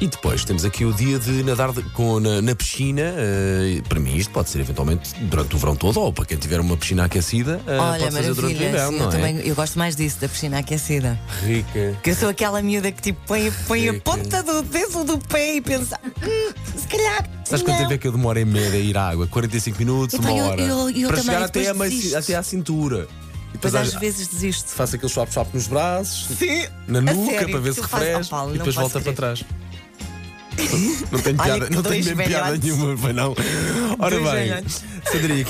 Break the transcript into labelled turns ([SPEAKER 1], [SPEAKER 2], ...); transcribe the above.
[SPEAKER 1] E depois temos aqui o dia de nadar de- com, na, na piscina. eh, para mim, isto pode ser eventualmente durante o verão todo, ou para quem tiver uma piscina aquecida, eh,
[SPEAKER 2] Olha,
[SPEAKER 1] pode fazer durante o
[SPEAKER 2] maravilha.
[SPEAKER 1] inverno,
[SPEAKER 2] sim,
[SPEAKER 1] não
[SPEAKER 2] eu,
[SPEAKER 1] é?
[SPEAKER 2] também, eu gosto mais disso, da piscina aquecida.
[SPEAKER 1] Rica.
[SPEAKER 2] Que eu sou aquela miúda que tipo põe, põe a
[SPEAKER 1] Sim,
[SPEAKER 2] ponta do dedo do pé e pensa, "Hum, se calhar.
[SPEAKER 1] Sabes quanto
[SPEAKER 2] não."
[SPEAKER 1] tempo é que eu demoro em média a ir à água? 45 minutos,
[SPEAKER 2] Epá,
[SPEAKER 1] uma
[SPEAKER 2] eu-
[SPEAKER 1] hora.
[SPEAKER 2] eu- eu
[SPEAKER 1] para
[SPEAKER 2] também
[SPEAKER 1] chegar até,
[SPEAKER 2] depois
[SPEAKER 1] a ma-
[SPEAKER 2] desisto.
[SPEAKER 1] até à cintura. E
[SPEAKER 2] Mas
[SPEAKER 1] depois
[SPEAKER 2] às
[SPEAKER 1] às-
[SPEAKER 2] vezes desisto.
[SPEAKER 1] faço aquele swap-swap nos braços,
[SPEAKER 2] Sim.
[SPEAKER 1] na nuca,
[SPEAKER 2] sério,
[SPEAKER 1] para ver
[SPEAKER 2] tu
[SPEAKER 1] se
[SPEAKER 2] fazes-
[SPEAKER 1] refresca
[SPEAKER 2] Oh, Paulo,
[SPEAKER 1] e
[SPEAKER 2] não
[SPEAKER 1] depois
[SPEAKER 2] posso
[SPEAKER 1] volta para trás.
[SPEAKER 2] crer.
[SPEAKER 1] Não tenho
[SPEAKER 2] Olha
[SPEAKER 1] piada,
[SPEAKER 2] que
[SPEAKER 1] não tenho
[SPEAKER 2] dois
[SPEAKER 1] mesmo piada
[SPEAKER 2] velhotes.
[SPEAKER 1] nenhuma, foi não. Ora
[SPEAKER 2] Dois
[SPEAKER 1] bem,
[SPEAKER 2] velhotes.
[SPEAKER 1] Sandrinha, quem